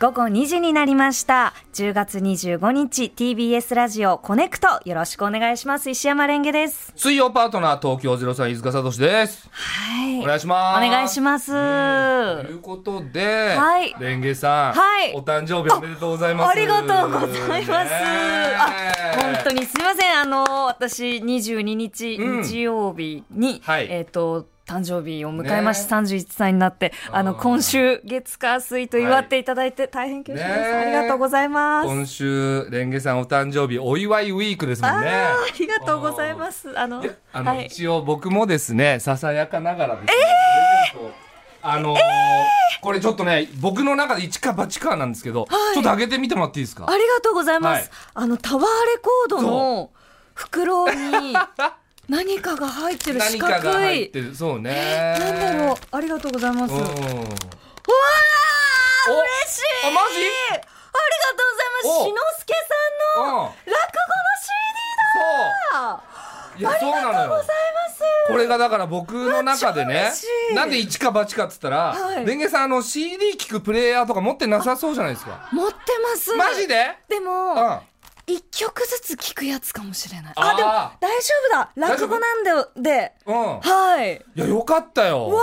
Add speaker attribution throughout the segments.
Speaker 1: 午後2時になりました。10月25日 TBS ラジオコネクトよろしくお願いします。石山レンゲです。
Speaker 2: 水曜パートナー東京03飯塚聡です。
Speaker 1: はい。。
Speaker 2: お願いします
Speaker 1: お願いします。
Speaker 2: ということで、はい。レンゲさん。
Speaker 1: はい。
Speaker 2: お誕生日おめでとうございます。あ
Speaker 1: りがとうございます。本当にすみません。あの、私22日日曜日に、はい、えっ、と、誕生日を迎えまして、ね、31歳になって、あの、今週、月火水と祝っていただいて、大変恐縮です、ありがとうございます。
Speaker 2: 今週、レンゲさんお誕生日、お祝いウィークですもんね。あ
Speaker 1: りがとうございます。あの、
Speaker 2: あの、一応僕もですね、ささやかながらですね、あのこれちょっとね、僕の中で一か八かなんですけど、ちょっと上げてみてもらっていいですか
Speaker 1: ありがとうございます。あの、タワーレコードの袋に、何かが入ってる四角い。何かが入
Speaker 2: ってる。そうね。
Speaker 1: なんだろう。ありがとうございます。うわー嬉しい
Speaker 2: あ、マ
Speaker 1: あ
Speaker 2: ジ
Speaker 1: りがとうございます。しのすけさんの落語の CD だありがとうございます。
Speaker 2: これがだから僕の中でね、なんで一か八かっつったら、レンゲさんあの CD 聞くプレイヤーとか持ってなさそうじゃないですか。
Speaker 1: 持ってます。
Speaker 2: マジで
Speaker 1: でも、うん一曲ずつ聞くやつかもしれない。あでも大丈夫だ。落語なんでで、
Speaker 2: うん、
Speaker 1: はい。
Speaker 2: いやよかったよ。
Speaker 1: わああり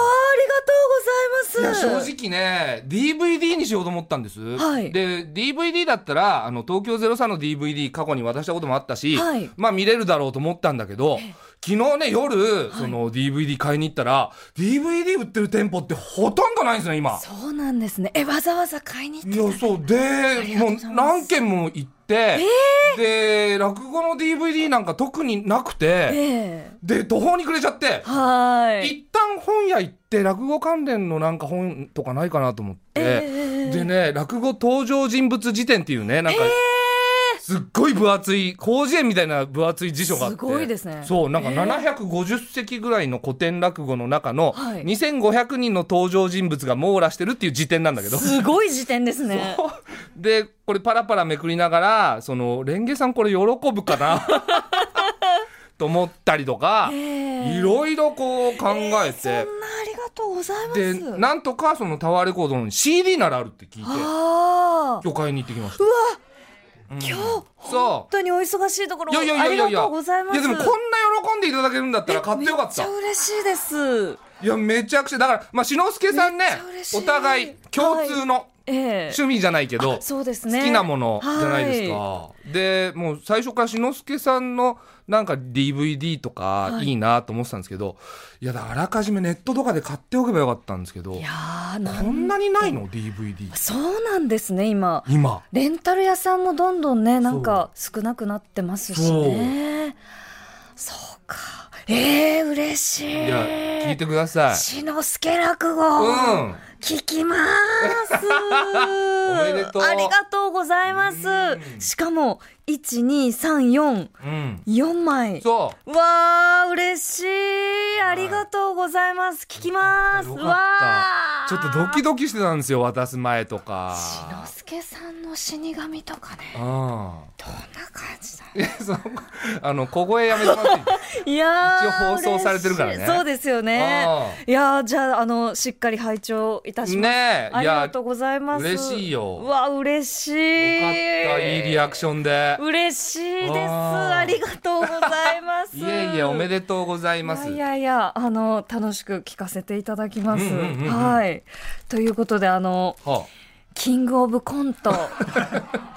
Speaker 1: がとうござい
Speaker 2: ます。正直ね DVD にしようと思ったんです。
Speaker 1: はい。
Speaker 2: で DVD だったらあの東京ゼロさの DVD 過去に渡したこともあったし、
Speaker 1: はい、
Speaker 2: まあ見れるだろうと思ったんだけど。昨日ね、夜、その DVD 買いに行ったら、はい、DVD 売ってる店舗ってほとんどないんですよ、今。
Speaker 1: そうなんですね。え、わざわざ買いに行
Speaker 2: っていや、そう。で、もう何軒も行って、えー、で、落語の DVD なんか特になくて、
Speaker 1: え
Speaker 2: ー、で、途方に暮れちゃって、。
Speaker 1: はい
Speaker 2: 一旦本屋行って、落語関連のなんか本とかないかなと思って、
Speaker 1: え
Speaker 2: ー、でね、落語登場人物辞典っていうね、なんか、えーすっごい分厚い、広辞苑みたいな分厚い辞書があって。
Speaker 1: すごいですね。
Speaker 2: そう、なんか750席ぐらいの古典落語の中の、2500人の登場人物が網羅してるっていう辞典なんだけど。
Speaker 1: すごい辞典ですね。
Speaker 2: で、これパラパラめくりながら、その、レンゲさんこれ喜ぶか なと思ったりとか、いろいろこう考えて。えー
Speaker 1: ありがとうございます。
Speaker 2: で、なんとかそのタワーレコードの CD ならあるって聞いて、
Speaker 1: 今
Speaker 2: 日買いに行ってきました。
Speaker 1: うわ今日、本当にお忙しいところありがとうございます。
Speaker 2: いやでもこんな喜んでいただけるんだったら買ってよかっ
Speaker 1: めっ
Speaker 2: た。
Speaker 1: ちゃ嬉しいです。
Speaker 2: いやめちゃくちゃだからまあ志の輔さんねお互い共通の、趣味じゃないけど、
Speaker 1: そうですね、
Speaker 2: 好きなものじゃないですか。でもう最初から志の輔さんのなんか DVD とかいいなと思ってたんですけど、い、やあらかじめネットとかで買っておけばよかったんですけど
Speaker 1: いや
Speaker 2: こんなにないの DVD
Speaker 1: そうなんですね今
Speaker 2: 今
Speaker 1: レンタル屋さんもどんどんねなんか少なくなってますしねそうかええー、嬉しいい
Speaker 2: や聞いてください
Speaker 1: 志の輔落語、
Speaker 2: うん、
Speaker 1: 聞きます
Speaker 2: おめでとう
Speaker 1: ありがとうございますしかも1234、うん、4枚
Speaker 2: そう
Speaker 1: わー嬉しいありがとうございます、聞きますわ
Speaker 2: ちょっとドキドキしてたんですよ渡す前とか
Speaker 1: 志の輔さんの死神とかね
Speaker 2: うんどん
Speaker 1: な感じだ
Speaker 2: いやその あの小声やめてもら っていい
Speaker 1: や
Speaker 2: 一応放送されてるからね
Speaker 1: そうですよねいやじゃあのしっかり拝聴いたします
Speaker 2: ね
Speaker 1: ありがとうございます
Speaker 2: 嬉しいよ
Speaker 1: わ嬉しい
Speaker 2: よかったいいリアクションで
Speaker 1: 嬉しいですありがとうございますい
Speaker 2: えいえおめでとうございます
Speaker 1: いやいやあの楽しく聞かせていただきます、はいということであの、
Speaker 2: はあ
Speaker 1: キングオブコン ト。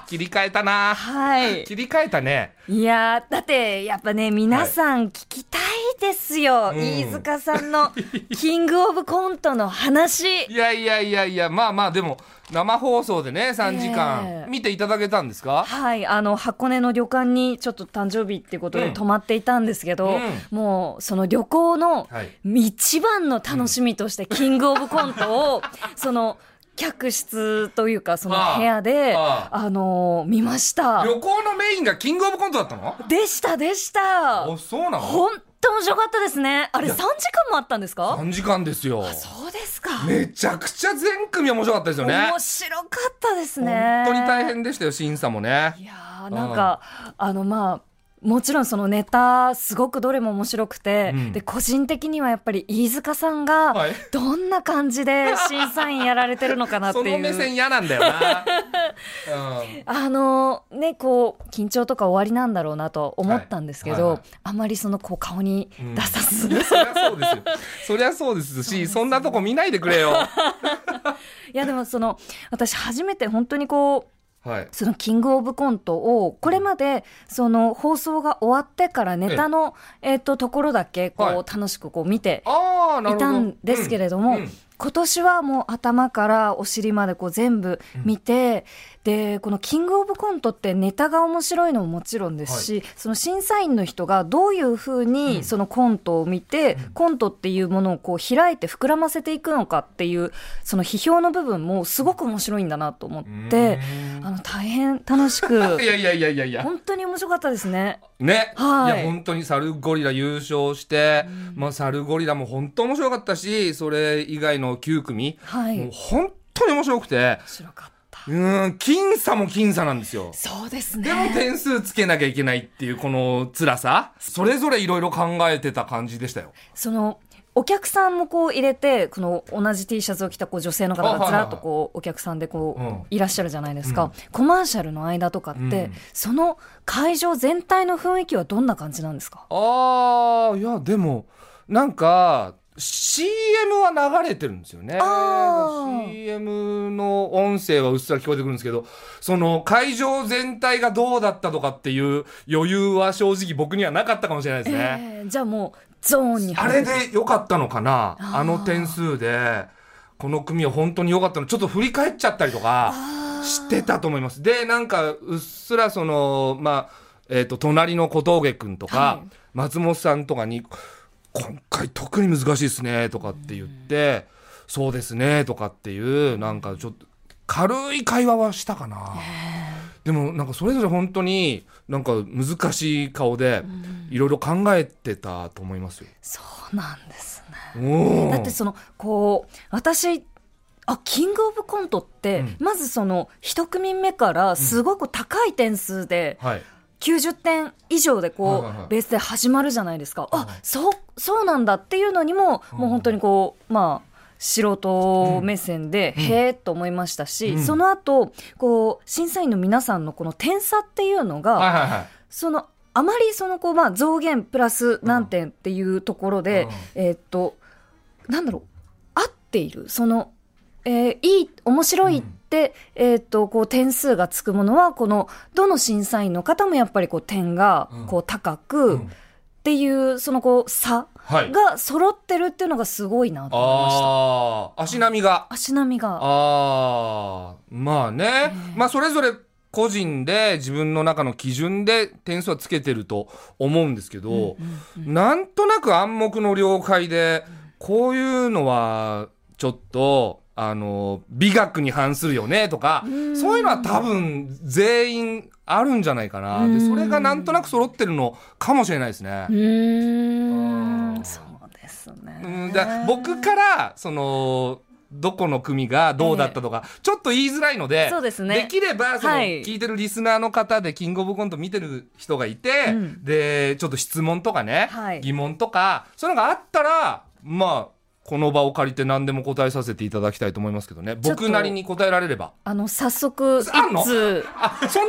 Speaker 2: 切り替えたな。
Speaker 1: はい。
Speaker 2: 切り替えたね。
Speaker 1: いやだってやっぱね皆さん聞きたいですよ、はい、飯塚さん のキングオブコントの話。
Speaker 2: いやいやいやいやまあまあでも生放送でね3時間見ていただけたんですか、
Speaker 1: えー、はいあの箱根の旅館にちょっと誕生日ってことで泊まっていたんですけど、うんうん、もうその旅行の一番の楽しみとしてキングオブコントを、うん、 その。客室というかその部屋で、あ,あ,あのー、見ました
Speaker 2: 旅行のメインがキングオブコントだったの
Speaker 1: でしたでした
Speaker 2: あそうなの
Speaker 1: 本当面白かったですねあれ3時間もあったんですか
Speaker 2: 3時間ですよ
Speaker 1: そうですか
Speaker 2: めちゃくちゃ全組面白かったですよね
Speaker 1: 面白かったですね
Speaker 2: 本当に大変でしたよ審査もね
Speaker 1: いやなんか、あのまあもちろんそのネタすごくどれも面白くて、うん、で個人的にはやっぱり飯塚さんがどんな感じで審査員やられてるのかなっていう
Speaker 2: その目線嫌なんだ よな、
Speaker 1: うん、あのねこう緊張とか終わりなんだろうなと思ったんですけど、はいはいはい、あまりそのこう顔に出さず、
Speaker 2: うん、そりゃそうですよそりゃそうですしそんなとこ見ないでくれよ
Speaker 1: いやでもその私初めて本当にこうはい、そのキングオブコントをこれまでその放送が終わってからネタのえっとところだけこう楽しくこう見ていたんですけれども今年はもう頭からお尻までこう全部見て、でこのキングオブコントってネタが面白いのももちろんですし、その審査員の人がどういうふうにそのコントを見て、コントっていうものをこう開いて膨らませていくのかっていうその批評の部分もすごく面白いんだなと思ってあの大変楽しく
Speaker 2: いやいやいやいやいや
Speaker 1: 本当に面白かったですね。
Speaker 2: ね、はい、いや本当にサルゴリラ優勝して、うん、まあ、サルゴリラも本当面白かったしそれ以外の9組、はい、もう本当に面白くて。うん僅差も僅差なんですよ
Speaker 1: そうですね
Speaker 2: でも点数つけなきゃいけないっていうこの辛さそれぞれいろいろ考えてた感じでしたよ
Speaker 1: そのお客さんもこう入れてこの同じ T シャツを着たこう女性の方がずらっとこうお客さんでこういらっしゃるじゃないですか、うん、コマーシャルの間とかって、うん、その会場全体の雰囲気はどんな感じなんですか
Speaker 2: ああいやでもなんか CM は流れてるんですよね。CM の音声はうっすら聞こえてくるんですけど、その会場全体がどうだったとかっていう余裕は正直僕にはなかったかもしれないですね。
Speaker 1: えー、じゃあもうゾーンに
Speaker 2: あれで良かったのかなあの点数で、この組は本当に良かったの、ちょっと振り返っちゃったりとかしてたと思います。で、なんかうっすらその、まあ、えっ、ー、と、隣の小峠君とか、はい、松本さんとかに、今回特に難しいですねとかって言って、うん、そうですねとかっていうなんかちょっと軽い会話はしたかな、でもなんかそれぞれ本当になんか難しい顔でいろいろ考えてたと思いますよ、うん、、
Speaker 1: そうなんですねだってそのこう私あキングオブコントって、うん、まずその一組目からすごく高い点数で、はい90点以上でこう、はいはいはい、ベースで始まるじゃないですか、はい、あそうそうなんだっていうのにも、うん、もう本当にこうまあ素人目線で、うん、へえと思いましたし、うん、その後こう審査員の皆さんのこの点差っていうのが、はいはいはい、そのあまりそのこう、まあ、増減プラス何点っていうところで、えー、っとなんだろう合っているその、えー、いい面白いで、えーと、とこう点数がつくものはこのどの審査員の方もやっぱりこう点がこう高くっていう、うんうん、そのこう差が揃ってるっていうのがすごいなと思いました。はい
Speaker 2: あ足並みが。
Speaker 1: 足並みが。。
Speaker 2: あまあね、まあそれぞれ個人で自分の中の基準で点数はつけてると思うんですけど、うんうんうん、なんとなく暗黙の了解でこういうのはちょっとあの、美学に反するよねとか、そういうのは多分全員あるんじゃないかな。で、それがなんとなく揃ってるのかもしれないですね。うん
Speaker 1: そうですね。
Speaker 2: だ僕から、その、どこの組がどうだったとか、えー、ちょっと言いづらいので、
Speaker 1: そうですね。
Speaker 2: できれば、その、はい、聞いてるリスナーの方で、キングオブコント見てる人がいて、うん、で、ちょっと質問とかね、はい、疑問とか、そういうのがあったら、まあ、この場を借りて何でも答えさせていただきたいと思いますけどね。僕なりに答えられれば。
Speaker 1: あの、早速、いつ
Speaker 2: あそんな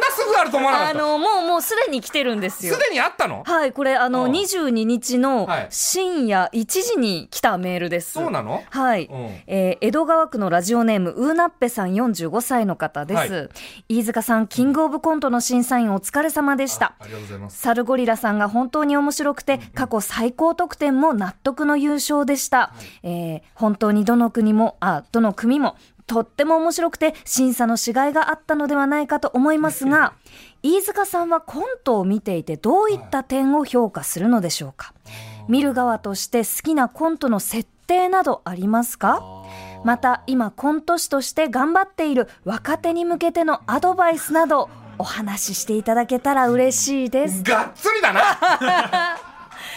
Speaker 2: すぐあると思わなかった。
Speaker 1: あの、もう、もうすでに来てるんですよ。
Speaker 2: すでにあったの
Speaker 1: はい、これ、あの、うん、22日の深夜1時に来たメールです。
Speaker 2: そうなの
Speaker 1: はい、うん、えー、江戸川区のラジオネーム、うーなっぺさん45歳の方です、はい、飯塚さん、キングオブコントの審査員お疲れ様でした。
Speaker 2: ありがとうございます。
Speaker 1: サルゴリラさんが本当に面白くて、うんうん、過去最高得点も納得の優勝でした。はいえー、本当にどの国も、あ、どの組も、とっても面白くて審査のしがいがあったのではないかと思います が、飯塚さんはコントを見ていてどういった点を評価するのでしょうか見る側として好きなコントの設定などありますかまた今コント師として頑張っている若手に向けてのアドバイスなどお話ししていただけたら嬉しいです。
Speaker 2: がっつりだな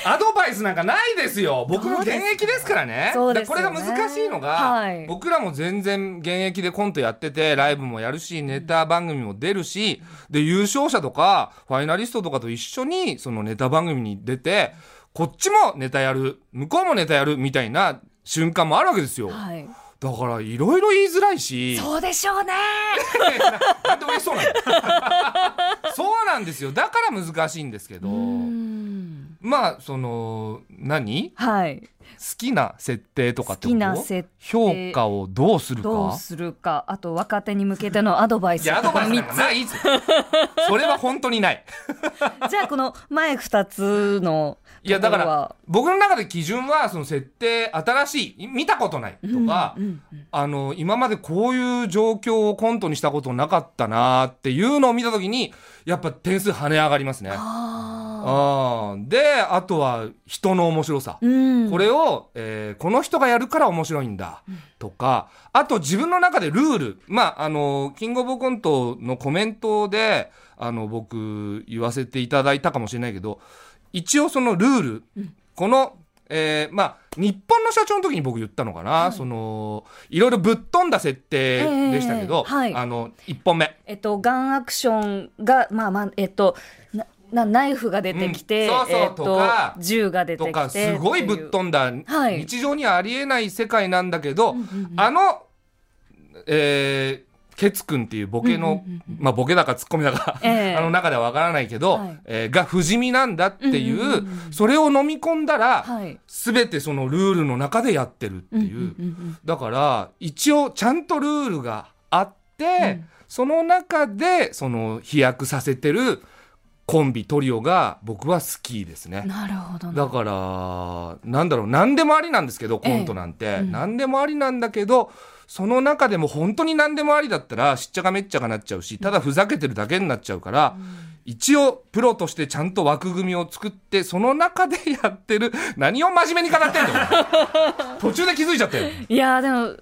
Speaker 2: アドバイスなんかないですよ僕も現役ですからね
Speaker 1: そうです
Speaker 2: だからこれが難しいのが、
Speaker 1: はい
Speaker 2: 僕らも全然現役でコントやっててライブもやるしネタ番組も出るしで優勝者とかファイナリストとかと一緒にそのネタ番組に出てこっちもネタやる向こうもネタやるみたいな瞬間もあるわけですよ、
Speaker 1: はい。
Speaker 2: だからいろいろ言いづらいし
Speaker 1: そうでしょうね。
Speaker 2: なんでも言いそうなんだ そうなんですよだから難しいんですけど
Speaker 1: うん
Speaker 2: まあその何
Speaker 1: はい。
Speaker 2: 好きな設定とか
Speaker 1: 好
Speaker 2: って
Speaker 1: き
Speaker 2: こと
Speaker 1: な設
Speaker 2: 評価をどうする
Speaker 1: 定どう
Speaker 2: か
Speaker 1: するか、あと若手に向けて のアドバイス。
Speaker 2: いやアドバイス
Speaker 1: こ
Speaker 2: な
Speaker 1: の
Speaker 2: ん
Speaker 1: 三
Speaker 2: かないですよ それは本当 にない
Speaker 1: つじゃあこの前二つの
Speaker 2: いや
Speaker 1: と
Speaker 2: だ
Speaker 1: こ
Speaker 2: か
Speaker 1: ろ
Speaker 2: ら
Speaker 1: は
Speaker 2: 僕の中で基準はその設定新しい見たことないとか、
Speaker 1: うん
Speaker 2: あの今までこういう状況をコントにしたことなかったなーっていうのを見た時にやっぱ点数跳ね上がりますね。
Speaker 1: あ
Speaker 2: あーであとは人の面白さ
Speaker 1: ー、うん、
Speaker 2: これを、えーこの人がやるから面白いんだとか、あと自分の中でルール、まあ、あの、キングオブコントのコメントで、あの、僕、言わせていただいたかもしれないけど、一応そのルール、この、えーまあ、日本の社長の時に僕言ったのかな、その、いろいろぶっ飛んだ設定でしたけど、
Speaker 1: ええはい
Speaker 2: あの、1本目。
Speaker 1: えっと、ガンアクションが、まあまあ、えっと、ななナイフが出てきて、
Speaker 2: うんそうそう
Speaker 1: えっと
Speaker 2: とか
Speaker 1: 銃が出てきて
Speaker 2: とかすごいぶっ飛んだ
Speaker 1: はい
Speaker 2: 日常にはありえない世界なんだけど、
Speaker 1: んうんうん
Speaker 2: あの、えーケツくんっていうボケの、
Speaker 1: うんうん
Speaker 2: まあボケだかツッコミだか、
Speaker 1: ええ
Speaker 2: あの中ではわからないけど、
Speaker 1: はい
Speaker 2: えーが不死身なんだっていう,、
Speaker 1: うんうんうん
Speaker 2: それを飲み込んだら、
Speaker 1: はい
Speaker 2: すべてそのルールの中でやってるって
Speaker 1: うんうん
Speaker 2: いう。
Speaker 1: うん
Speaker 2: だから一応ちゃんとルールがあって、
Speaker 1: うん
Speaker 2: その中でその飛躍させてるコンビトリオが僕は好きですね。
Speaker 1: うんなるほどな
Speaker 2: だから、なんだろう、何でもありなんですけど、コントなんて。
Speaker 1: うん
Speaker 2: 何でもありなんだけど、その中でも本当に何でもありだったら、しっちゃかめっちゃかなっちゃうし、ただふざけてるだけになっちゃうから、一応、プロとしてちゃんと枠組みを作って、その中でやってる、何を真面目に語って んの途中で気づいちゃったよ。
Speaker 1: いやーでも、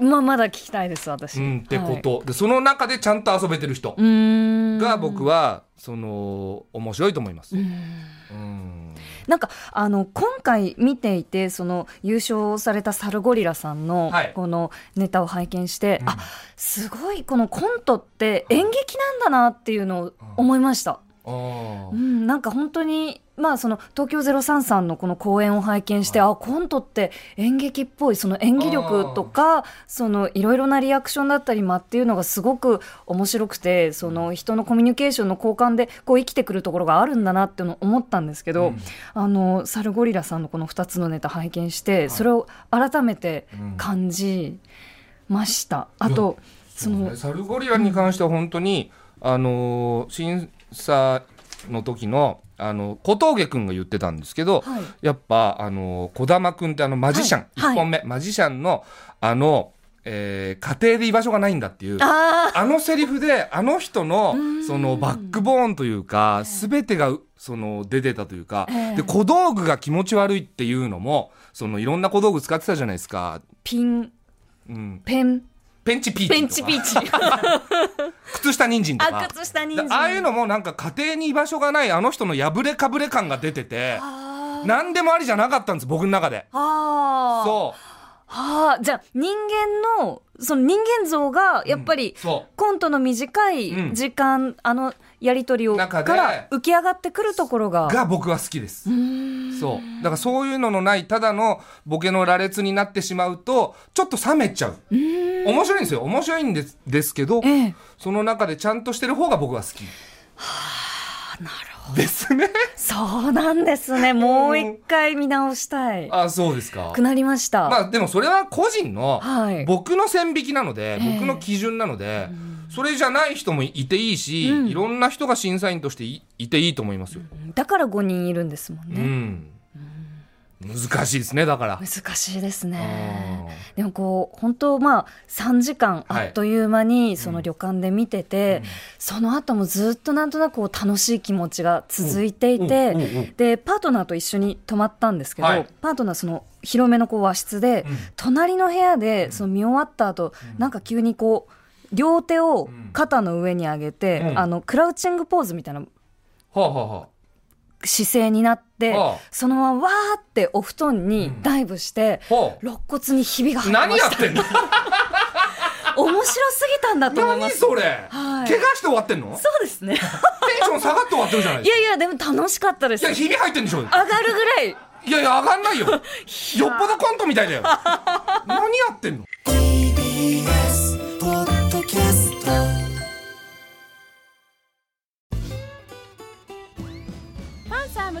Speaker 1: まあ、まだ聞きたいです私、
Speaker 2: うん、ってこ
Speaker 1: はい
Speaker 2: と。で、その中でちゃんと遊べてる人
Speaker 1: うーん
Speaker 2: が、僕は、その、面白いと思います。うん
Speaker 1: なんかあの今回見ていてその優勝されたサルゴリラさんの
Speaker 2: はい
Speaker 1: このネタを拝見して、
Speaker 2: うん
Speaker 1: あすごいこのコントって演劇なんだなっていうのを思いました。
Speaker 2: あー
Speaker 1: うん、なんか本当に、まあ、その東京03さんのこの公演を拝見して、あコントって演劇っぽいその演技力とかそのいろいろなリアクションだったり間っていうのがすごく面白くてその人のコミュニケーションの交換でこう生きてくるところがあるんだなっていうのを思ったんですけど、
Speaker 2: うん
Speaker 1: あのサルゴリラさんのこの2つのネタ拝見して、それを改めて感じました。あとその
Speaker 2: サルゴリラに関しては本当に、あのー審査の時のあの小峠君が言ってたんですけど、
Speaker 1: はい
Speaker 2: やっぱあのー児玉君ってあのマジシャン、
Speaker 1: はいはい
Speaker 2: 1本目、マジシャンのあの、えー家庭で居場所がないんだっていう。
Speaker 1: あ
Speaker 2: あのセリフであの人の
Speaker 1: うん
Speaker 2: そのバックボーンというか全てがその出てたというか
Speaker 1: ええ
Speaker 2: で小道具が気持ち悪いっていうのもそのいろんな小道具使ってたじゃないですか、
Speaker 1: ピン
Speaker 2: うん、
Speaker 1: ペン
Speaker 2: ペンチピーチと
Speaker 1: ペ
Speaker 2: か
Speaker 1: ンチピーチ
Speaker 2: 靴下人参とか
Speaker 1: あ靴下人
Speaker 2: だ
Speaker 1: 参
Speaker 2: ああいうのもなんか家庭に居場所がないあの人の破れかぶれ感が出てて
Speaker 1: あー
Speaker 2: 何でもありじゃなかったんです僕の中で
Speaker 1: あー
Speaker 2: そう
Speaker 1: はあじゃあ人間のその人間像がやっぱり、
Speaker 2: そ
Speaker 1: コントの短
Speaker 2: うん
Speaker 1: い時間、あのやり取りを
Speaker 2: 中
Speaker 1: か
Speaker 2: で
Speaker 1: ら浮き上がってくるところが
Speaker 2: うが僕は好きです
Speaker 1: うーん
Speaker 2: そうだからそういうののないただのボケの羅列になってしまうとちょっと冷めちゃう
Speaker 1: うーん
Speaker 2: 面白いんですよ面白いんですですけど
Speaker 1: ええ
Speaker 2: その中でちゃんとしてる方が僕は好き
Speaker 1: なるほ
Speaker 2: で すね
Speaker 1: どそうなんですねもう一回見直したい
Speaker 2: あそうですか
Speaker 1: くなりました、
Speaker 2: まあでもそれは個人の
Speaker 1: はい
Speaker 2: 僕の線引きなので、
Speaker 1: ええ
Speaker 2: 僕の基準なので、それじゃない人もいていいし、
Speaker 1: うん
Speaker 2: いろんな人が審査員としていいていいと思いますよ。
Speaker 1: だから5人いるんですもん
Speaker 2: う
Speaker 1: ね、
Speaker 2: ん、難しいですねだから。
Speaker 1: 難しいです
Speaker 2: う
Speaker 1: ね
Speaker 2: ん
Speaker 1: でもこう本当まあ3時間あ
Speaker 2: はい
Speaker 1: っという間にその旅館で見てて、その後もずっとなんとなくこう楽しい気持ちが続いていて、
Speaker 2: うんうんうん
Speaker 1: でパートナーと一緒に泊まったんですけど、
Speaker 2: はい
Speaker 1: パートナーその広めのこう和室で、
Speaker 2: うん
Speaker 1: 隣の部屋でその見終わった後、なんか急にこう両手を肩の上に上げて、
Speaker 2: うん
Speaker 1: あのクラウチングポーズみたいな
Speaker 2: はあはあはあ
Speaker 1: 姿勢になって
Speaker 2: ああ、
Speaker 1: そのままわーってお布団にダイブして、
Speaker 2: ほう
Speaker 1: 肋骨にひびが入って
Speaker 2: 何
Speaker 1: ま
Speaker 2: や
Speaker 1: し。
Speaker 2: ったてんの
Speaker 1: 面白すぎたんだと思いま
Speaker 2: 何
Speaker 1: す。
Speaker 2: それ、
Speaker 1: はい
Speaker 2: 怪我して終わってんの
Speaker 1: そうですね。
Speaker 2: テンション下がって終わってるじゃない
Speaker 1: い
Speaker 2: で
Speaker 1: や
Speaker 2: すか
Speaker 1: いや、でも楽しかったです。
Speaker 2: い
Speaker 1: 上
Speaker 2: やひび入ってんでしょ
Speaker 1: がるぐらい。
Speaker 2: いやいや上がんないよよっぽどコントみたい だよ何やってんの
Speaker 3: TBS ポッドキャスト
Speaker 4: パンサー向